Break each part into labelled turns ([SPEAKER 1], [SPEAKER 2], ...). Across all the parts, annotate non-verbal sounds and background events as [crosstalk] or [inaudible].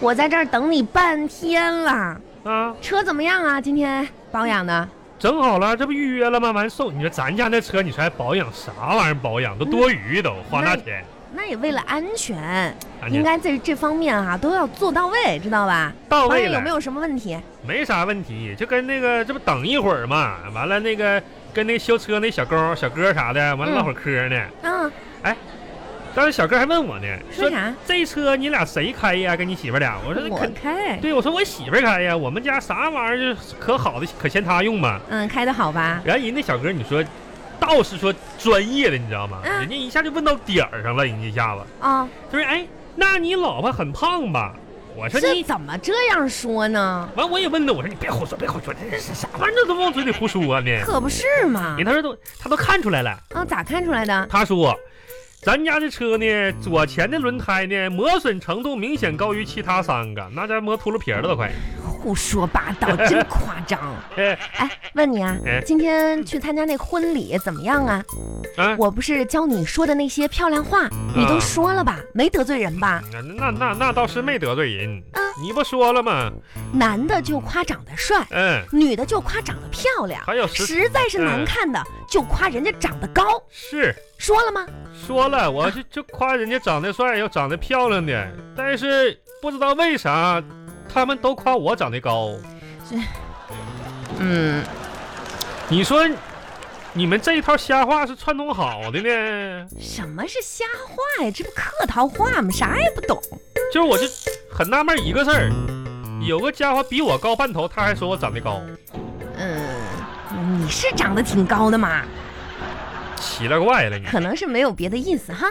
[SPEAKER 1] 我在这儿等你半天了。
[SPEAKER 2] 啊，
[SPEAKER 1] 车怎么样啊？今天保养的？
[SPEAKER 2] 整好了，这不预约了吗？完送。你说咱家那车，你说还保养啥玩意儿？保养都多余都，花那钱。
[SPEAKER 1] 嗯那也为了安全，
[SPEAKER 2] 安全
[SPEAKER 1] 应该在这方面哈、都要做到位，知道吧？
[SPEAKER 2] 到
[SPEAKER 1] 保
[SPEAKER 2] 位
[SPEAKER 1] 养
[SPEAKER 2] 了，
[SPEAKER 1] 有没有什么问题？
[SPEAKER 2] 没啥问题，就跟那个这不等一会儿嘛，完了那个跟那修车那小工小哥啥的，完了
[SPEAKER 1] 嗯
[SPEAKER 2] 唠会儿嗑呢。
[SPEAKER 1] 啊，
[SPEAKER 2] 当时小哥还问我呢，
[SPEAKER 1] 说啥？
[SPEAKER 2] 这车你俩谁开呀？跟你媳妇儿俩？我说
[SPEAKER 1] 我
[SPEAKER 2] 肯，
[SPEAKER 1] 开，
[SPEAKER 2] 对我说我媳妇儿开呀，我们家啥玩意儿就是可好的，可嫌她用嘛。
[SPEAKER 1] 嗯，开的好吧？
[SPEAKER 2] 然后人那小哥你说，倒是说专业的，你知道吗？
[SPEAKER 1] 嗯
[SPEAKER 2] 人家一下就问到点儿上了，人家一下子
[SPEAKER 1] 啊，
[SPEAKER 2] 他说哎，那你老婆很胖吧？我说
[SPEAKER 1] 这
[SPEAKER 2] 你。
[SPEAKER 1] 怎么这样说呢？
[SPEAKER 2] 完，我也问他，我说你别胡说，别胡说，这这啥玩意儿都往嘴里胡说
[SPEAKER 1] [laughs]
[SPEAKER 2] 呢？
[SPEAKER 1] 可不是嘛
[SPEAKER 2] 人！他说都他都看出来了。
[SPEAKER 1] 啊，咋看出来的？
[SPEAKER 2] 他说，咱家这车呢，左前的轮胎呢磨损程度明显高于其他三个，那家磨秃噜皮儿了都快。
[SPEAKER 1] 胡说八道，真夸
[SPEAKER 2] [laughs]
[SPEAKER 1] 张！
[SPEAKER 2] 哎，
[SPEAKER 1] 哎，问你啊
[SPEAKER 2] 哎，
[SPEAKER 1] 今天去参加那婚礼怎么样啊？
[SPEAKER 2] 啊，
[SPEAKER 1] 我不是教你说的那些漂亮话，
[SPEAKER 2] 嗯
[SPEAKER 1] 你都说了吧？没得罪人吧？
[SPEAKER 2] 那那那那倒是没得罪人
[SPEAKER 1] 啊，
[SPEAKER 2] 你不说了吗？
[SPEAKER 1] 男的就夸长得帅，
[SPEAKER 2] 嗯，
[SPEAKER 1] 女的就夸长得漂亮，
[SPEAKER 2] 还有嗯是
[SPEAKER 1] 实在是难看的就夸人家长得高，
[SPEAKER 2] 是
[SPEAKER 1] 说了吗？
[SPEAKER 2] 说了，我就就夸人家长得帅，又长得漂亮的，但是不知道为啥，他们都夸我长得高。
[SPEAKER 1] 嗯，
[SPEAKER 2] 你说，你们这一套瞎话是串通好的呢？
[SPEAKER 1] 什么是瞎话呀？这不客套话吗？啥也不懂。
[SPEAKER 2] 就是我就很纳闷一个事儿，有个家伙比我高半头，他还说我长得高，
[SPEAKER 1] 嗯，你是长得挺高的嘛，
[SPEAKER 2] 奇了怪了你。
[SPEAKER 1] 可能是没有别的意思哈。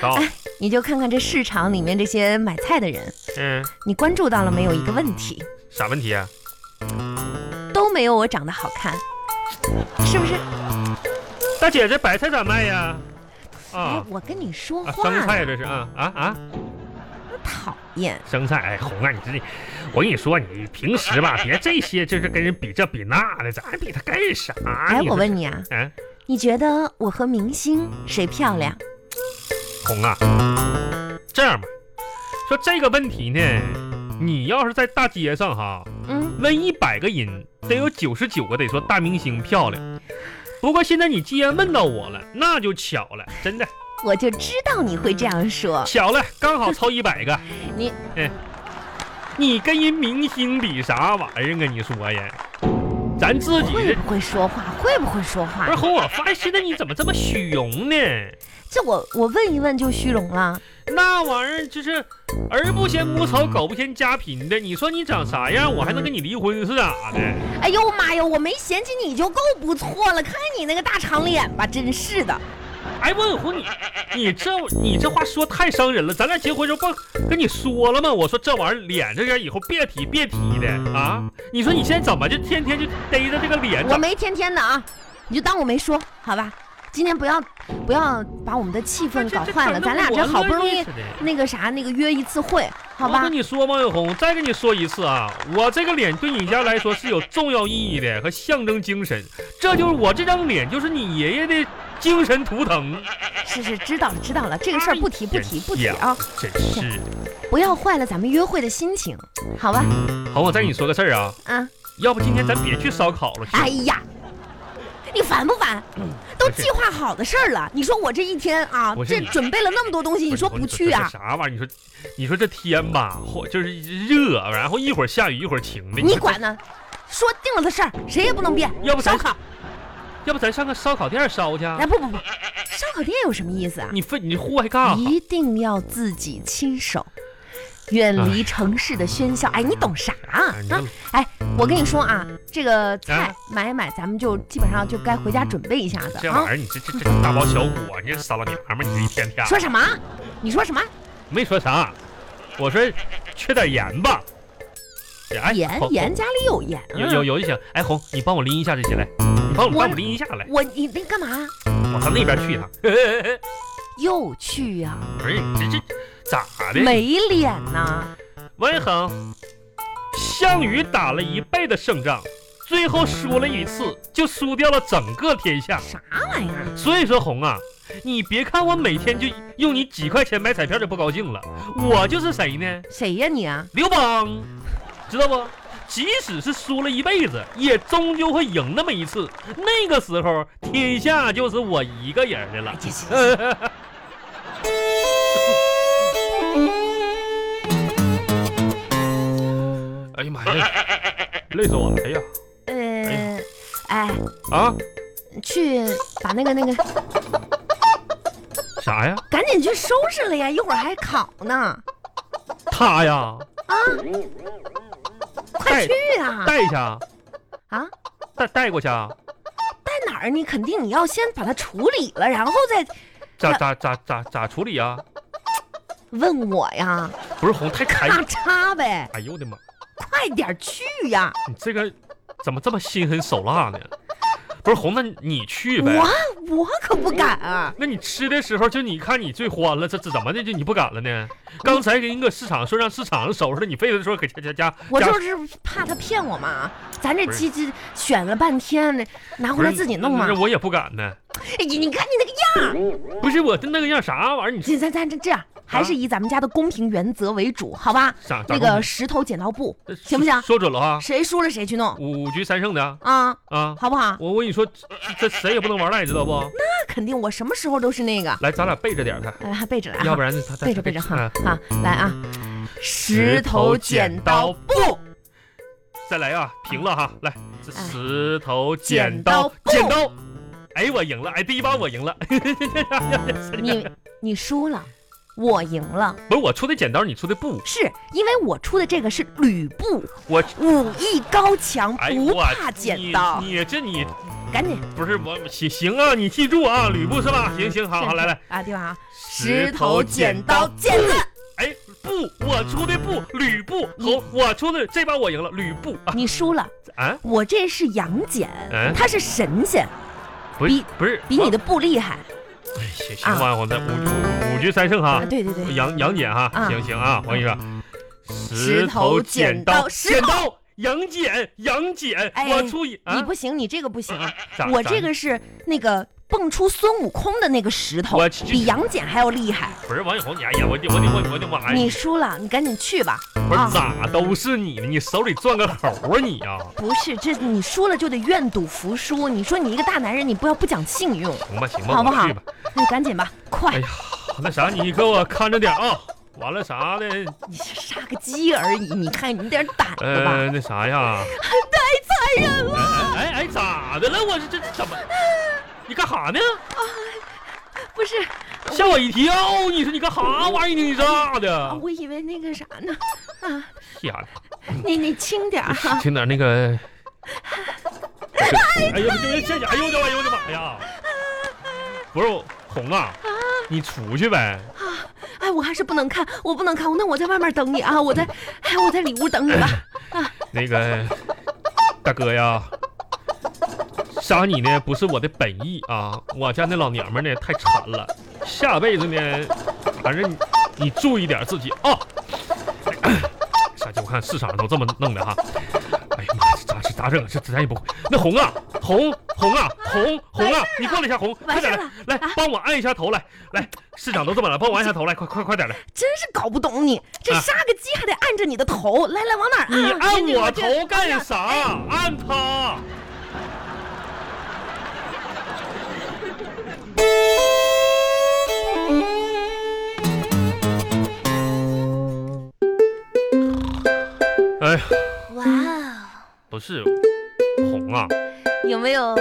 [SPEAKER 2] 好，
[SPEAKER 1] 你就看看这市场里面这些买菜的人，
[SPEAKER 2] 嗯，
[SPEAKER 1] 你关注到了没有？一个问题，
[SPEAKER 2] 啥问题啊？
[SPEAKER 1] 都没有我长得好看，是不是？
[SPEAKER 2] 大姐，这白菜咋卖呀？啊
[SPEAKER 1] 哎，我跟你说
[SPEAKER 2] 啊，
[SPEAKER 1] 话
[SPEAKER 2] 生
[SPEAKER 1] 呢，
[SPEAKER 2] 菜这是啊啊啊，
[SPEAKER 1] 讨厌。
[SPEAKER 2] 生菜。哎，红啊，你这，我跟你说，你平时
[SPEAKER 1] [laughs]
[SPEAKER 2] 吧，别这些，就是跟人比这比那的，咱比他干啥？
[SPEAKER 1] 哎，我
[SPEAKER 2] 这
[SPEAKER 1] 问你啊，
[SPEAKER 2] 嗯，
[SPEAKER 1] 你觉得我和明星谁漂亮？
[SPEAKER 2] 红啊，这样吧，说这个问题呢，你要是在大街上哈，
[SPEAKER 1] 嗯，
[SPEAKER 2] 问一百个人，得有九十九个得说大明星漂亮。不过现在你既然问到我了，那就巧了，真的
[SPEAKER 1] 我就知道你会这样说。
[SPEAKER 2] 巧了，刚
[SPEAKER 1] [laughs]
[SPEAKER 2] 好凑一百个。
[SPEAKER 1] 你，
[SPEAKER 2] 哎，你跟人明星比啥玩意儿啊？你说呀，咱自己
[SPEAKER 1] 会
[SPEAKER 2] 这
[SPEAKER 1] 不会说话？会不会说
[SPEAKER 2] 不是
[SPEAKER 1] 话？
[SPEAKER 2] 红，我发现现在你怎么这么虚荣呢？
[SPEAKER 1] 这我我问一问就虚荣了。
[SPEAKER 2] 那玩意儿就是儿不嫌母丑，狗不嫌家贫的。你说你长啥样，我还能跟你离婚是咋的？
[SPEAKER 1] 哎呦妈呀，我没嫌弃你就够不错了，看你那个大长脸吧，真是的。
[SPEAKER 2] 哎，问虎你，你这你这话说太伤人了。咱俩结婚时候不跟你说了吗？我说这玩意儿脸这个以后别提别提的啊！你说你现在怎么就天天就逮着这个脸？
[SPEAKER 1] 我没天天的啊，你就当我没说，好吧？今天不要不要把我们的气氛搞坏了，咱俩哎这哦好不容易那个啥那个约一次会，好
[SPEAKER 2] 我
[SPEAKER 1] 吧
[SPEAKER 2] 跟？你说，王永红，再跟你说一次啊，我这个脸对你家来说是有重要意义的和象征精神，这就是我这张脸就是你爷爷的精神图腾。
[SPEAKER 1] 是是，知道了知道了，这个事儿不提不提不提啊，
[SPEAKER 2] 哎真是。
[SPEAKER 1] 不要坏了咱们约会的心情，好吧？
[SPEAKER 2] 好，我再跟你说个事儿啊，
[SPEAKER 1] 啊，
[SPEAKER 2] 要不今天咱别去嗯烧烤了，
[SPEAKER 1] 哎呀，你烦不烦？都
[SPEAKER 2] 不是
[SPEAKER 1] 计划好的事儿了，你说我这一天啊
[SPEAKER 2] 不，是
[SPEAKER 1] 这
[SPEAKER 2] 你
[SPEAKER 1] 准备了那么多东西，你说不去
[SPEAKER 2] 这
[SPEAKER 1] 啊
[SPEAKER 2] 是？啥玩意儿？你说，你说这天吧，或就是热，然后一会儿下雨，一会儿晴的。
[SPEAKER 1] 你管呢？说定了的事儿，谁也不能变。
[SPEAKER 2] 要不咱
[SPEAKER 1] 烧烤？
[SPEAKER 2] 要不咱上个烧烤店烧去啊？
[SPEAKER 1] 哎，不不不，烧烤店有什么意思啊？
[SPEAKER 2] 你非你户外干啥？
[SPEAKER 1] 一定要自己亲手，远离城市的喧嚣。哎，你懂啥啊
[SPEAKER 2] 哎？你
[SPEAKER 1] 啊哎，我跟你说啊，这个菜
[SPEAKER 2] 啊
[SPEAKER 1] 买一买，咱们就基本上就该回家准备一下子
[SPEAKER 2] 这玩意
[SPEAKER 1] 啊。
[SPEAKER 2] 儿，你啊这这这大包小裹，你这傻老娘们儿，你这一天天
[SPEAKER 1] 说什么？你说什么？
[SPEAKER 2] 没说啥，我说缺点盐吧。哎
[SPEAKER 1] 盐
[SPEAKER 2] 红
[SPEAKER 1] 盐家里有盐啊。
[SPEAKER 2] 有有有就行。哎，红，你帮我拎一下这些来，你帮我
[SPEAKER 1] 我
[SPEAKER 2] 帮我拎一下来，
[SPEAKER 1] 我你那干嘛？
[SPEAKER 2] 我上那边 [laughs] 去一趟。不
[SPEAKER 1] 又去呀、
[SPEAKER 2] 是你这这咋的？
[SPEAKER 1] 没脸呐！
[SPEAKER 2] 文恒，项羽打了一辈子胜仗，最后输了一次，就输掉了整个天下。嗯
[SPEAKER 1] 啥玩意儿？
[SPEAKER 2] 所以说，红啊，你别看我每天就用你几块钱买彩票就不高兴了。我就是谁呢？
[SPEAKER 1] 谁呀你啊？
[SPEAKER 2] 刘邦，知道不？即使是输了一辈子，也终究会赢那么一次。那个时候，天下就是我一个人的了。
[SPEAKER 1] 这是
[SPEAKER 2] 哎呀妈呀，累累死我了！哎呀
[SPEAKER 1] 呃，哎，
[SPEAKER 2] 啊，
[SPEAKER 1] 去把那个那个，
[SPEAKER 2] 啥呀？
[SPEAKER 1] 赶紧去收拾了呀，一会儿还烤呢，
[SPEAKER 2] 他呀，
[SPEAKER 1] 快
[SPEAKER 2] 带
[SPEAKER 1] 去啊！
[SPEAKER 2] 带一下，哎
[SPEAKER 1] 啊，
[SPEAKER 2] 带带过去啊。
[SPEAKER 1] 带哪儿？你肯定你要先把它处理了，然后再
[SPEAKER 2] 咋咋咋咋咋处理啊？
[SPEAKER 1] 问我呀，
[SPEAKER 2] 不是红太哎
[SPEAKER 1] 咔嚓呗，
[SPEAKER 2] 哎呦我的妈！
[SPEAKER 1] 快点去呀！
[SPEAKER 2] 你这个怎么这么心狠手辣呢？不是红，那你去呗。
[SPEAKER 1] 我我可不敢啊！
[SPEAKER 2] 那你吃的时候，就你看你最欢了，这这怎么的就你不敢了呢？刚才给你搁市场说让市场收拾了，你非得说给家家家
[SPEAKER 1] 我
[SPEAKER 2] 家
[SPEAKER 1] 就是怕他骗我嘛，咱这
[SPEAKER 2] 不是
[SPEAKER 1] 鸡鸡选了半天，拿
[SPEAKER 2] 不
[SPEAKER 1] 回来
[SPEAKER 2] 是
[SPEAKER 1] 自己弄嘛
[SPEAKER 2] 那。我也不敢呢。
[SPEAKER 1] 哎呀，你看你那个样儿，
[SPEAKER 2] 不是我这那个样啥玩意儿？你
[SPEAKER 1] 你咱 [laughs] 咱这这样，还
[SPEAKER 2] 啊
[SPEAKER 1] 是以咱们家的公平原则为主，好吧？
[SPEAKER 2] 咋咋
[SPEAKER 1] 那个石头剪刀布，
[SPEAKER 2] 说
[SPEAKER 1] 行不行
[SPEAKER 2] 说准了啊，
[SPEAKER 1] 谁输了谁去弄
[SPEAKER 2] 五五局三胜的啊
[SPEAKER 1] 啊，
[SPEAKER 2] 啊！
[SPEAKER 1] 好不好？
[SPEAKER 2] 我我跟你说，这这谁也不能玩赖，知道不？
[SPEAKER 1] 那肯定，我什么时候都是那个，
[SPEAKER 2] 来，咱俩背着点儿看，
[SPEAKER 1] 哎，背着来啊，
[SPEAKER 2] 要不然嗯他他
[SPEAKER 1] 背着背着
[SPEAKER 2] 他
[SPEAKER 1] 哈啊，来啊，石头剪刀布，
[SPEAKER 2] 再来啊，平了哈，来，这
[SPEAKER 1] 哎
[SPEAKER 2] 石头
[SPEAKER 1] 剪
[SPEAKER 2] 剪
[SPEAKER 1] 刀
[SPEAKER 2] 刀
[SPEAKER 1] 布
[SPEAKER 2] 剪刀，哎，我赢了，哎，第一把我赢了， [laughs]
[SPEAKER 1] 你你输了，我赢了，
[SPEAKER 2] 不是我出的剪刀，你出的布，
[SPEAKER 1] 是因为我出的这个是吕布，
[SPEAKER 2] 我
[SPEAKER 1] 武艺高强，
[SPEAKER 2] 哎
[SPEAKER 1] 不
[SPEAKER 2] 我
[SPEAKER 1] 怕剪刀，
[SPEAKER 2] 你你这你
[SPEAKER 1] 赶紧
[SPEAKER 2] 不是我行行啊，你记住啊，吕布是吧？行行好好来来，
[SPEAKER 1] 啊，对吧？石头剪刀
[SPEAKER 2] 剪
[SPEAKER 1] 剪子，
[SPEAKER 2] [laughs] 哎布，我出的布，吕布
[SPEAKER 1] 嗯
[SPEAKER 2] 好，我出的这把我赢了，吕布啊
[SPEAKER 1] 你输了，
[SPEAKER 2] 啊，
[SPEAKER 1] 我这是杨戬
[SPEAKER 2] 嗯，
[SPEAKER 1] 他是神仙，
[SPEAKER 2] 不
[SPEAKER 1] 比
[SPEAKER 2] 是不是
[SPEAKER 1] 比你的啊布厉害
[SPEAKER 2] 哎行行吧，我再五五五局三胜哈
[SPEAKER 1] 啊！，对对对，
[SPEAKER 2] 杨杨戬哈
[SPEAKER 1] 啊，
[SPEAKER 2] 行行啊，我跟你说，
[SPEAKER 1] 石头剪刀石
[SPEAKER 2] 剪刀，杨戬杨戬
[SPEAKER 1] 哎，
[SPEAKER 2] 我出一
[SPEAKER 1] 你
[SPEAKER 2] 啊，
[SPEAKER 1] 不行，你这个不行，
[SPEAKER 2] 咋
[SPEAKER 1] 我
[SPEAKER 2] 咋
[SPEAKER 1] 这个是那个蹦出孙悟空的那个石头，
[SPEAKER 2] 我去
[SPEAKER 1] 比杨戬还要厉害。
[SPEAKER 2] 不是王小红，你哎呀，我的我的我的我的妈
[SPEAKER 1] 你
[SPEAKER 2] 呀！
[SPEAKER 1] 输了，你赶紧去吧。
[SPEAKER 2] 不
[SPEAKER 1] 啊
[SPEAKER 2] 是咋都是你呢？你手里攥个猴啊你啊！
[SPEAKER 1] 不是，这你输了就得愿赌服输。你说你一个大男人，你不要不讲信用，
[SPEAKER 2] 行吧行吧，
[SPEAKER 1] 好不
[SPEAKER 2] 我
[SPEAKER 1] 好
[SPEAKER 2] 去吧。？
[SPEAKER 1] 你赶紧吧，快！
[SPEAKER 2] 哎呀，那啥，你给我看着点啊。完了啥的，
[SPEAKER 1] 你是杀个鸡而已，你看你点胆子吧。
[SPEAKER 2] 呃，那啥呀？
[SPEAKER 1] 太残忍了，
[SPEAKER 2] 哎哎哎，咋的了？我这这怎么？你干啥呢？哎
[SPEAKER 1] 不是
[SPEAKER 2] 吓我一跳！你说你干啥玩意儿呢？你咋
[SPEAKER 1] 啊，
[SPEAKER 2] 的？
[SPEAKER 1] 我以为那个啥呢，啊，
[SPEAKER 2] 天哪！
[SPEAKER 1] 你你轻点儿哈、
[SPEAKER 2] 听点那个。哎呀，这这哎呦我的妈！哎呦我的妈呀！不是红啊，你出去呗。
[SPEAKER 1] 哎，我还是不能看，我不能看，那我在外面等你啊，我在，哎，我在里屋等你吧。
[SPEAKER 2] [laughs] 那个大哥呀，杀你呢不是我的本意啊，我家那老娘们呢太馋了，下辈子呢，反正你你注意点自己啊。 [coughs] 啥鸡我看市场上都这么弄的哈。哎呀妈呀，这咋这咋整？这这咱也不会。那红啊，红红啊，红红啊，你过来一下红，快
[SPEAKER 1] 完事
[SPEAKER 2] 点
[SPEAKER 1] 儿
[SPEAKER 2] 来
[SPEAKER 1] 了，啊
[SPEAKER 2] 来帮我按一下头来，来市场都这么了，帮我按一下头来，快快快点来，
[SPEAKER 1] 真是搞不懂你，这
[SPEAKER 2] 啊
[SPEAKER 1] 杀个鸡还得按着你的头，来来，往哪儿啊按？
[SPEAKER 2] 你按
[SPEAKER 1] 这
[SPEAKER 2] 我
[SPEAKER 1] 这
[SPEAKER 2] 头
[SPEAKER 1] 哎
[SPEAKER 2] 干
[SPEAKER 1] 呀
[SPEAKER 2] 啥？按他。哎呀，
[SPEAKER 1] 哇哦，
[SPEAKER 2] 不是红啊，
[SPEAKER 1] 有没有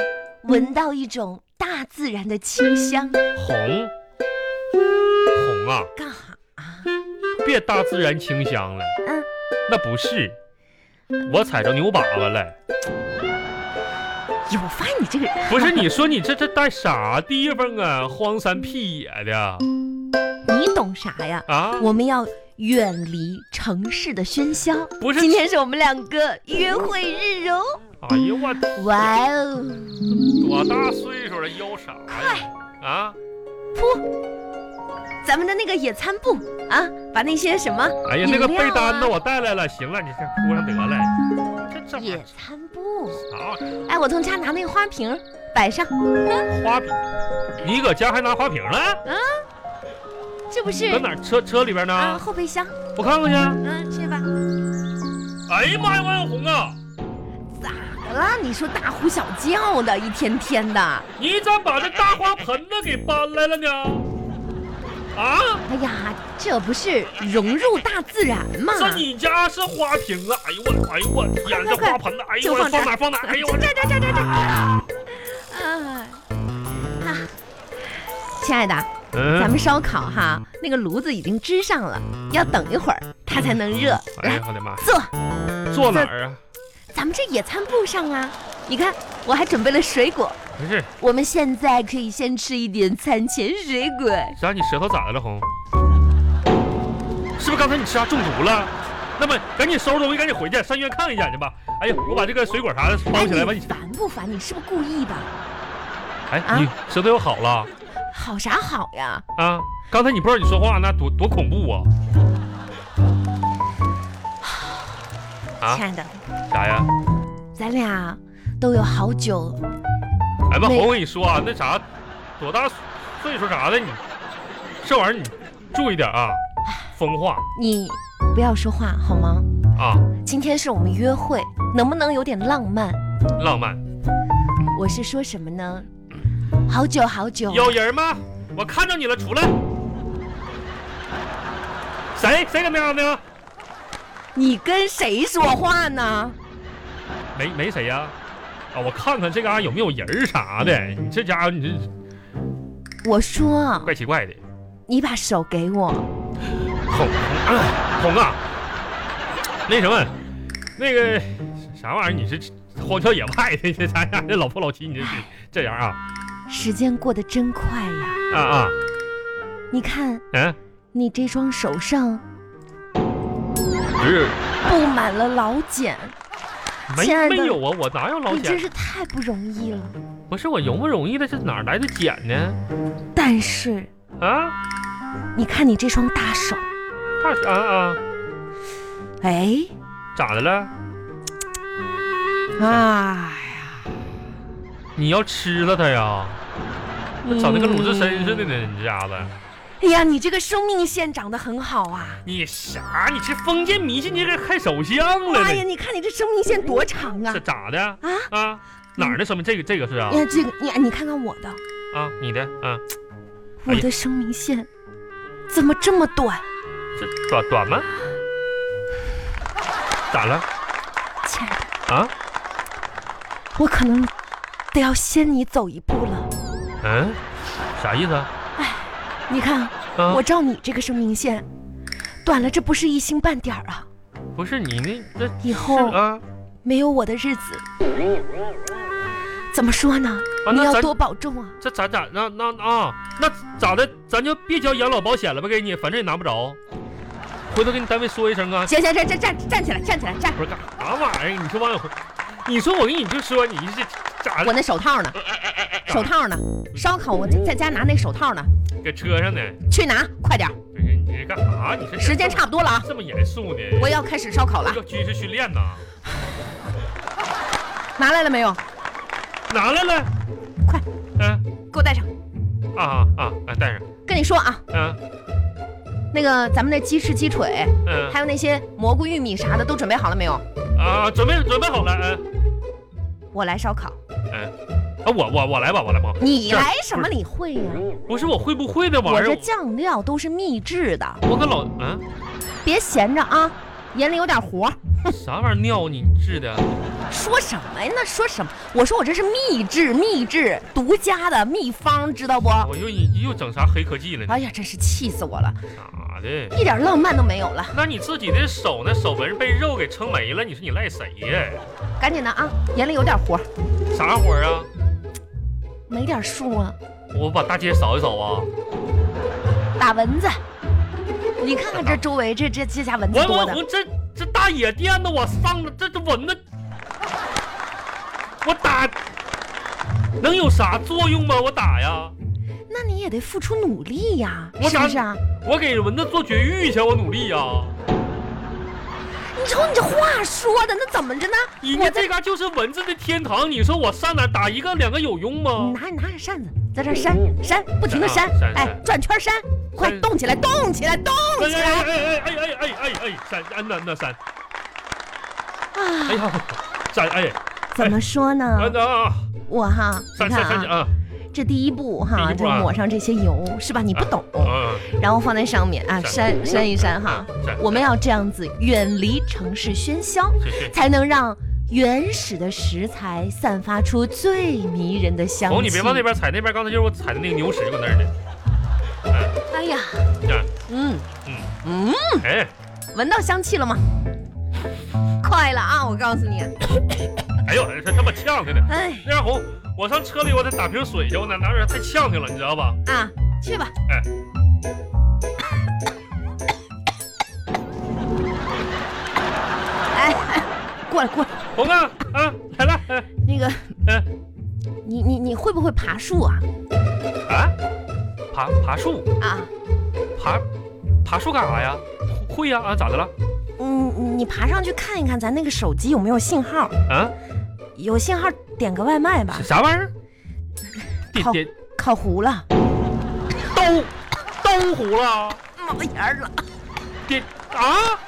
[SPEAKER 1] 闻到一种大自然的清香？
[SPEAKER 2] 红红啊，
[SPEAKER 1] 干哈啊？
[SPEAKER 2] 别大自然清香了，
[SPEAKER 1] 嗯，
[SPEAKER 2] 那不是，我踩着牛粑粑了。
[SPEAKER 1] 哎呦，我发现你这个人，
[SPEAKER 2] 不是，你说你这这在啥地方啊？荒山僻野的
[SPEAKER 1] 你懂啥呀？
[SPEAKER 2] 啊？
[SPEAKER 1] 我们要远离城市的喧嚣。
[SPEAKER 2] 不是
[SPEAKER 1] 今天是我们两个约会日哦。
[SPEAKER 2] 哎呀，我
[SPEAKER 1] 哇哦，
[SPEAKER 2] 多大岁数了，腰啥呀？啊！
[SPEAKER 1] 噗，咱们的那个野餐布啊，把那些什么
[SPEAKER 2] 哎呀，那个
[SPEAKER 1] 饮
[SPEAKER 2] 被
[SPEAKER 1] 料啊
[SPEAKER 2] 单子我带来了，行了，你先铺上得了。这这玩意
[SPEAKER 1] 野
[SPEAKER 2] 儿
[SPEAKER 1] 餐布，
[SPEAKER 2] 啥玩意
[SPEAKER 1] 哎，我从家拿那个花瓶摆上。嗯
[SPEAKER 2] 儿花瓶？你搁家还拿花瓶了？
[SPEAKER 1] 这不是
[SPEAKER 2] 搁哪儿？车车里边
[SPEAKER 1] 啊
[SPEAKER 2] 呢？
[SPEAKER 1] 后备箱？
[SPEAKER 2] 我看看去。
[SPEAKER 1] 嗯，去吧。
[SPEAKER 2] 哎呀妈呀，王小红啊，
[SPEAKER 1] 咋了？你说大呼小叫的，一天天的。
[SPEAKER 2] 你咋把这大花盆子给搬来了呢？啊，
[SPEAKER 1] 哎呀，这不是融入大自然吗？
[SPEAKER 2] 这你家是花瓶啊？哎呦我，哎呦我天，
[SPEAKER 1] 快快
[SPEAKER 2] 这
[SPEAKER 1] 快
[SPEAKER 2] 花盆子，哎呦
[SPEAKER 1] 就
[SPEAKER 2] 我
[SPEAKER 1] 放这儿
[SPEAKER 2] 放哪儿放哪儿？哎呦我
[SPEAKER 1] 这这这这这。啊啊！亲爱的，
[SPEAKER 2] 嗯
[SPEAKER 1] 咱们烧烤哈，那个炉子已经支上了，要等一会儿它才能热。
[SPEAKER 2] 哎
[SPEAKER 1] 来
[SPEAKER 2] 呀我的妈，
[SPEAKER 1] 坐，
[SPEAKER 2] 坐哪儿啊？
[SPEAKER 1] 咱们这野餐布上啊。你看，我还准备了水果，
[SPEAKER 2] 没事，
[SPEAKER 1] 我们现在可以先吃一点餐前水果。
[SPEAKER 2] 啥？你舌头咋的了，红？是不是刚才你吃啥中毒了？那么赶紧收拾东西，赶紧回去上医院看一眼去吧。哎呀，我把这个水果啥的包起来吧。
[SPEAKER 1] 哎你
[SPEAKER 2] 你
[SPEAKER 1] 烦不烦？你是不是故意吧？
[SPEAKER 2] 哎
[SPEAKER 1] 啊，
[SPEAKER 2] 你舌头又好了
[SPEAKER 1] 好啥好呀？
[SPEAKER 2] 啊？刚才你不知道你说话那多多恐怖啊！啊
[SPEAKER 1] 亲爱的，
[SPEAKER 2] 啥呀？
[SPEAKER 1] 咱俩都有好久
[SPEAKER 2] 哎
[SPEAKER 1] 那
[SPEAKER 2] 妈，红，我跟你说啊，那啥，多大岁数啥的你，这玩意儿你注意点啊，风化
[SPEAKER 1] 你不要说话好吗？
[SPEAKER 2] 啊，
[SPEAKER 1] 今天是我们约会，能不能有点浪漫？
[SPEAKER 2] 浪漫。
[SPEAKER 1] 我是说什么呢？好久好久，
[SPEAKER 2] 有人吗？我看着你了，出来。谁谁搁喵喵？
[SPEAKER 1] 你跟谁说话呢？
[SPEAKER 2] 没没谁呀、啊？我看看这嘎、有没有人儿啥的。你这家伙，你这
[SPEAKER 1] 我说，
[SPEAKER 2] 怪奇怪的。
[SPEAKER 1] 你把手给我，
[SPEAKER 2] 红红啊，红啊，那什么，那个啥玩意儿？你是荒郊野外的，这咱俩这老夫老妻，你这
[SPEAKER 1] 唉
[SPEAKER 2] 这样啊
[SPEAKER 1] 时间过得真快呀！
[SPEAKER 2] 啊啊
[SPEAKER 1] 你看
[SPEAKER 2] 嗯，
[SPEAKER 1] 你这双手上
[SPEAKER 2] 不是
[SPEAKER 1] 布满了老茧，亲爱
[SPEAKER 2] 没
[SPEAKER 1] 的
[SPEAKER 2] 没有啊，我哪有老
[SPEAKER 1] 你真
[SPEAKER 2] 茧？
[SPEAKER 1] 是太不容易了。
[SPEAKER 2] 不是我容不容易的，这哪儿来的茧呢？
[SPEAKER 1] 但是
[SPEAKER 2] 啊，
[SPEAKER 1] 你看你这双大手，
[SPEAKER 2] 大啊啊，
[SPEAKER 1] 哎
[SPEAKER 2] 咋的了？哎
[SPEAKER 1] 啊，
[SPEAKER 2] 你要吃了它呀？
[SPEAKER 1] 嗯
[SPEAKER 2] 长得跟鲁智深似的呢，你这家伙！
[SPEAKER 1] 哎呀，你这个生命线长得很好啊！
[SPEAKER 2] 你啥？你这封建迷信，你这看手相
[SPEAKER 1] 妈
[SPEAKER 2] 了
[SPEAKER 1] 呀，
[SPEAKER 2] 呢？
[SPEAKER 1] 你看你这生命线多长啊
[SPEAKER 2] 这！咋的啊
[SPEAKER 1] 啊？嗯
[SPEAKER 2] 啊？哪儿的生命？这个这个是啊
[SPEAKER 1] 你看这个，你你看看我的，
[SPEAKER 2] 啊，你的啊，
[SPEAKER 1] 我
[SPEAKER 2] 哎呀
[SPEAKER 1] 的生命线怎么这么短？
[SPEAKER 2] 这短短吗？咋了？
[SPEAKER 1] 亲爱的，
[SPEAKER 2] 啊？
[SPEAKER 1] 我可能得要先你走一步了。
[SPEAKER 2] 嗯？啥意思啊？
[SPEAKER 1] 你看，
[SPEAKER 2] 啊
[SPEAKER 1] 我照你这个生命线短了，这不是一星半点儿啊！
[SPEAKER 2] 不是你那那
[SPEAKER 1] 以后
[SPEAKER 2] 是啊
[SPEAKER 1] 没有我的日子，怎么说呢？
[SPEAKER 2] 啊，
[SPEAKER 1] 你
[SPEAKER 2] 那
[SPEAKER 1] 要
[SPEAKER 2] 咱
[SPEAKER 1] 多保重啊！
[SPEAKER 2] 这咱咋那那啊那咋的？咱就别交养老保险了吧？给你，反正也拿不着，回头跟你单位说一声啊。
[SPEAKER 1] 行行行，站站站起来，站起来，站！
[SPEAKER 2] 不是干啥玩意儿？你说王小红，你说我跟你就说你这咋
[SPEAKER 1] 我那手套呢？手套呢？烧烤我在家拿那手套呢，
[SPEAKER 2] 搁车上呢？
[SPEAKER 1] 去拿，快点儿，
[SPEAKER 2] 不是你这干啥？你这
[SPEAKER 1] 时间差不多了啊！
[SPEAKER 2] 这么严肃呢？
[SPEAKER 1] 我要开始烧烤了，啊
[SPEAKER 2] 要军事训练呢？
[SPEAKER 1] 拿来了没有？
[SPEAKER 2] 拿来了，
[SPEAKER 1] 快，
[SPEAKER 2] 嗯
[SPEAKER 1] 给我带上。
[SPEAKER 2] 啊啊啊，带上，
[SPEAKER 1] 跟你说啊，
[SPEAKER 2] 嗯
[SPEAKER 1] 那个咱们那鸡翅、鸡腿，
[SPEAKER 2] 嗯
[SPEAKER 1] 还有那些蘑菇、玉米啥的，都准备好了没有？
[SPEAKER 2] 啊，准备准备好了，嗯
[SPEAKER 1] 我来烧烤，
[SPEAKER 2] 嗯，啊我我我来吧，我来吧，
[SPEAKER 1] 你
[SPEAKER 2] 这
[SPEAKER 1] 来什么你会呀、
[SPEAKER 2] 不是我会不会那
[SPEAKER 1] 我
[SPEAKER 2] 玩意
[SPEAKER 1] 这
[SPEAKER 2] 儿？
[SPEAKER 1] 酱料都是秘制的，
[SPEAKER 2] 我可老嗯
[SPEAKER 1] 别闲着啊，眼里有点活。
[SPEAKER 2] 啥玩意儿尿你治的？
[SPEAKER 1] 说什么呀？那说什么？我说我这是秘制，秘制独家的秘方，知道不？
[SPEAKER 2] 我又你又整啥黑科技了？
[SPEAKER 1] 哎呀，真是气死我了，啊
[SPEAKER 2] 咋的？
[SPEAKER 1] 一点浪漫都没有了。
[SPEAKER 2] 那你自己的手呢？手纹被肉给撑没了，你说你赖谁呀？
[SPEAKER 1] 赶紧的啊，眼里有点活，
[SPEAKER 2] 啥活儿啊？
[SPEAKER 1] 没点数啊，
[SPEAKER 2] 我把大街扫一扫啊！
[SPEAKER 1] 打蚊子。你看看这周围这这这家蚊子
[SPEAKER 2] 王
[SPEAKER 1] 多
[SPEAKER 2] 文
[SPEAKER 1] 的，
[SPEAKER 2] 红，这这大野店的，我上了，这这蚊子，我打能有啥作用吗？我打呀，
[SPEAKER 1] 那你也得付出努力呀，
[SPEAKER 2] 我
[SPEAKER 1] 是
[SPEAKER 2] 打
[SPEAKER 1] 不是啊？
[SPEAKER 2] 我给蚊子做绝育去，我努力呀。
[SPEAKER 1] 你瞅你这话说的，那怎么着呢？
[SPEAKER 2] 人
[SPEAKER 1] 我
[SPEAKER 2] 家
[SPEAKER 1] 在
[SPEAKER 2] 这嘎就是蚊子的天堂，你说我上哪打一个两个有用
[SPEAKER 1] 你
[SPEAKER 2] 吗？
[SPEAKER 1] 拿你拿着扇子，在这儿扇扇，不停的
[SPEAKER 2] 啊
[SPEAKER 1] 扇
[SPEAKER 2] 扇，
[SPEAKER 1] 哎
[SPEAKER 2] 扇，
[SPEAKER 1] 转圈扇，快动起来，动起来，动起
[SPEAKER 2] 哎
[SPEAKER 1] 来！
[SPEAKER 2] 哎哎哎哎哎哎哎，三安呐那三，哎
[SPEAKER 1] 啊，
[SPEAKER 2] 呀，三哎
[SPEAKER 1] 怎么说呢？
[SPEAKER 2] 安呐啊，
[SPEAKER 1] 我哈，你
[SPEAKER 2] 三
[SPEAKER 1] 看
[SPEAKER 2] 三三
[SPEAKER 1] 啊，
[SPEAKER 2] 啊
[SPEAKER 1] 这第一步哈，
[SPEAKER 2] 第一步
[SPEAKER 1] 就
[SPEAKER 2] 啊
[SPEAKER 1] 抹上这些油，是吧？你不懂，
[SPEAKER 2] 啊，
[SPEAKER 1] 然后放在上面啊，
[SPEAKER 2] 是
[SPEAKER 1] 扇扇一扇哈。
[SPEAKER 2] 三，
[SPEAKER 1] 我们要这样子远离城市喧嚣，
[SPEAKER 2] 是是，
[SPEAKER 1] 才能让原始的食材散发出最迷人的香气。
[SPEAKER 2] 哦红你别往那边踩，那边刚才就是我踩的那个牛屎搁那儿呢，
[SPEAKER 1] 哎呀，
[SPEAKER 2] 啊
[SPEAKER 1] 嗯
[SPEAKER 2] 嗯
[SPEAKER 1] 嗯，
[SPEAKER 2] 哎，
[SPEAKER 1] 闻到香气了吗？快了啊！我告诉你，
[SPEAKER 2] 哎呦，这他妈呛的呢，
[SPEAKER 1] 哎
[SPEAKER 2] 那样红，我上车里我得打瓶水去，我哪哪有点太呛的了，你知道吧？
[SPEAKER 1] 啊，去吧。
[SPEAKER 2] 哎
[SPEAKER 1] 哎，哎过来过来，
[SPEAKER 2] 红啊啊来了，哎
[SPEAKER 1] 那个
[SPEAKER 2] 哎
[SPEAKER 1] 你你你会不会爬树啊？
[SPEAKER 2] 啊，爬爬树
[SPEAKER 1] 啊，
[SPEAKER 2] 爬爬树干啥呀？会呀啊咋的了？
[SPEAKER 1] 嗯，你爬上去看一看，咱那个手机有没有信号？
[SPEAKER 2] 啊
[SPEAKER 1] 有信号点个外卖吧，
[SPEAKER 2] 啥玩意儿？
[SPEAKER 1] 靠
[SPEAKER 2] 点点
[SPEAKER 1] 烤糊了，
[SPEAKER 2] 都都糊了，
[SPEAKER 1] 冒烟儿了。
[SPEAKER 2] 点啊！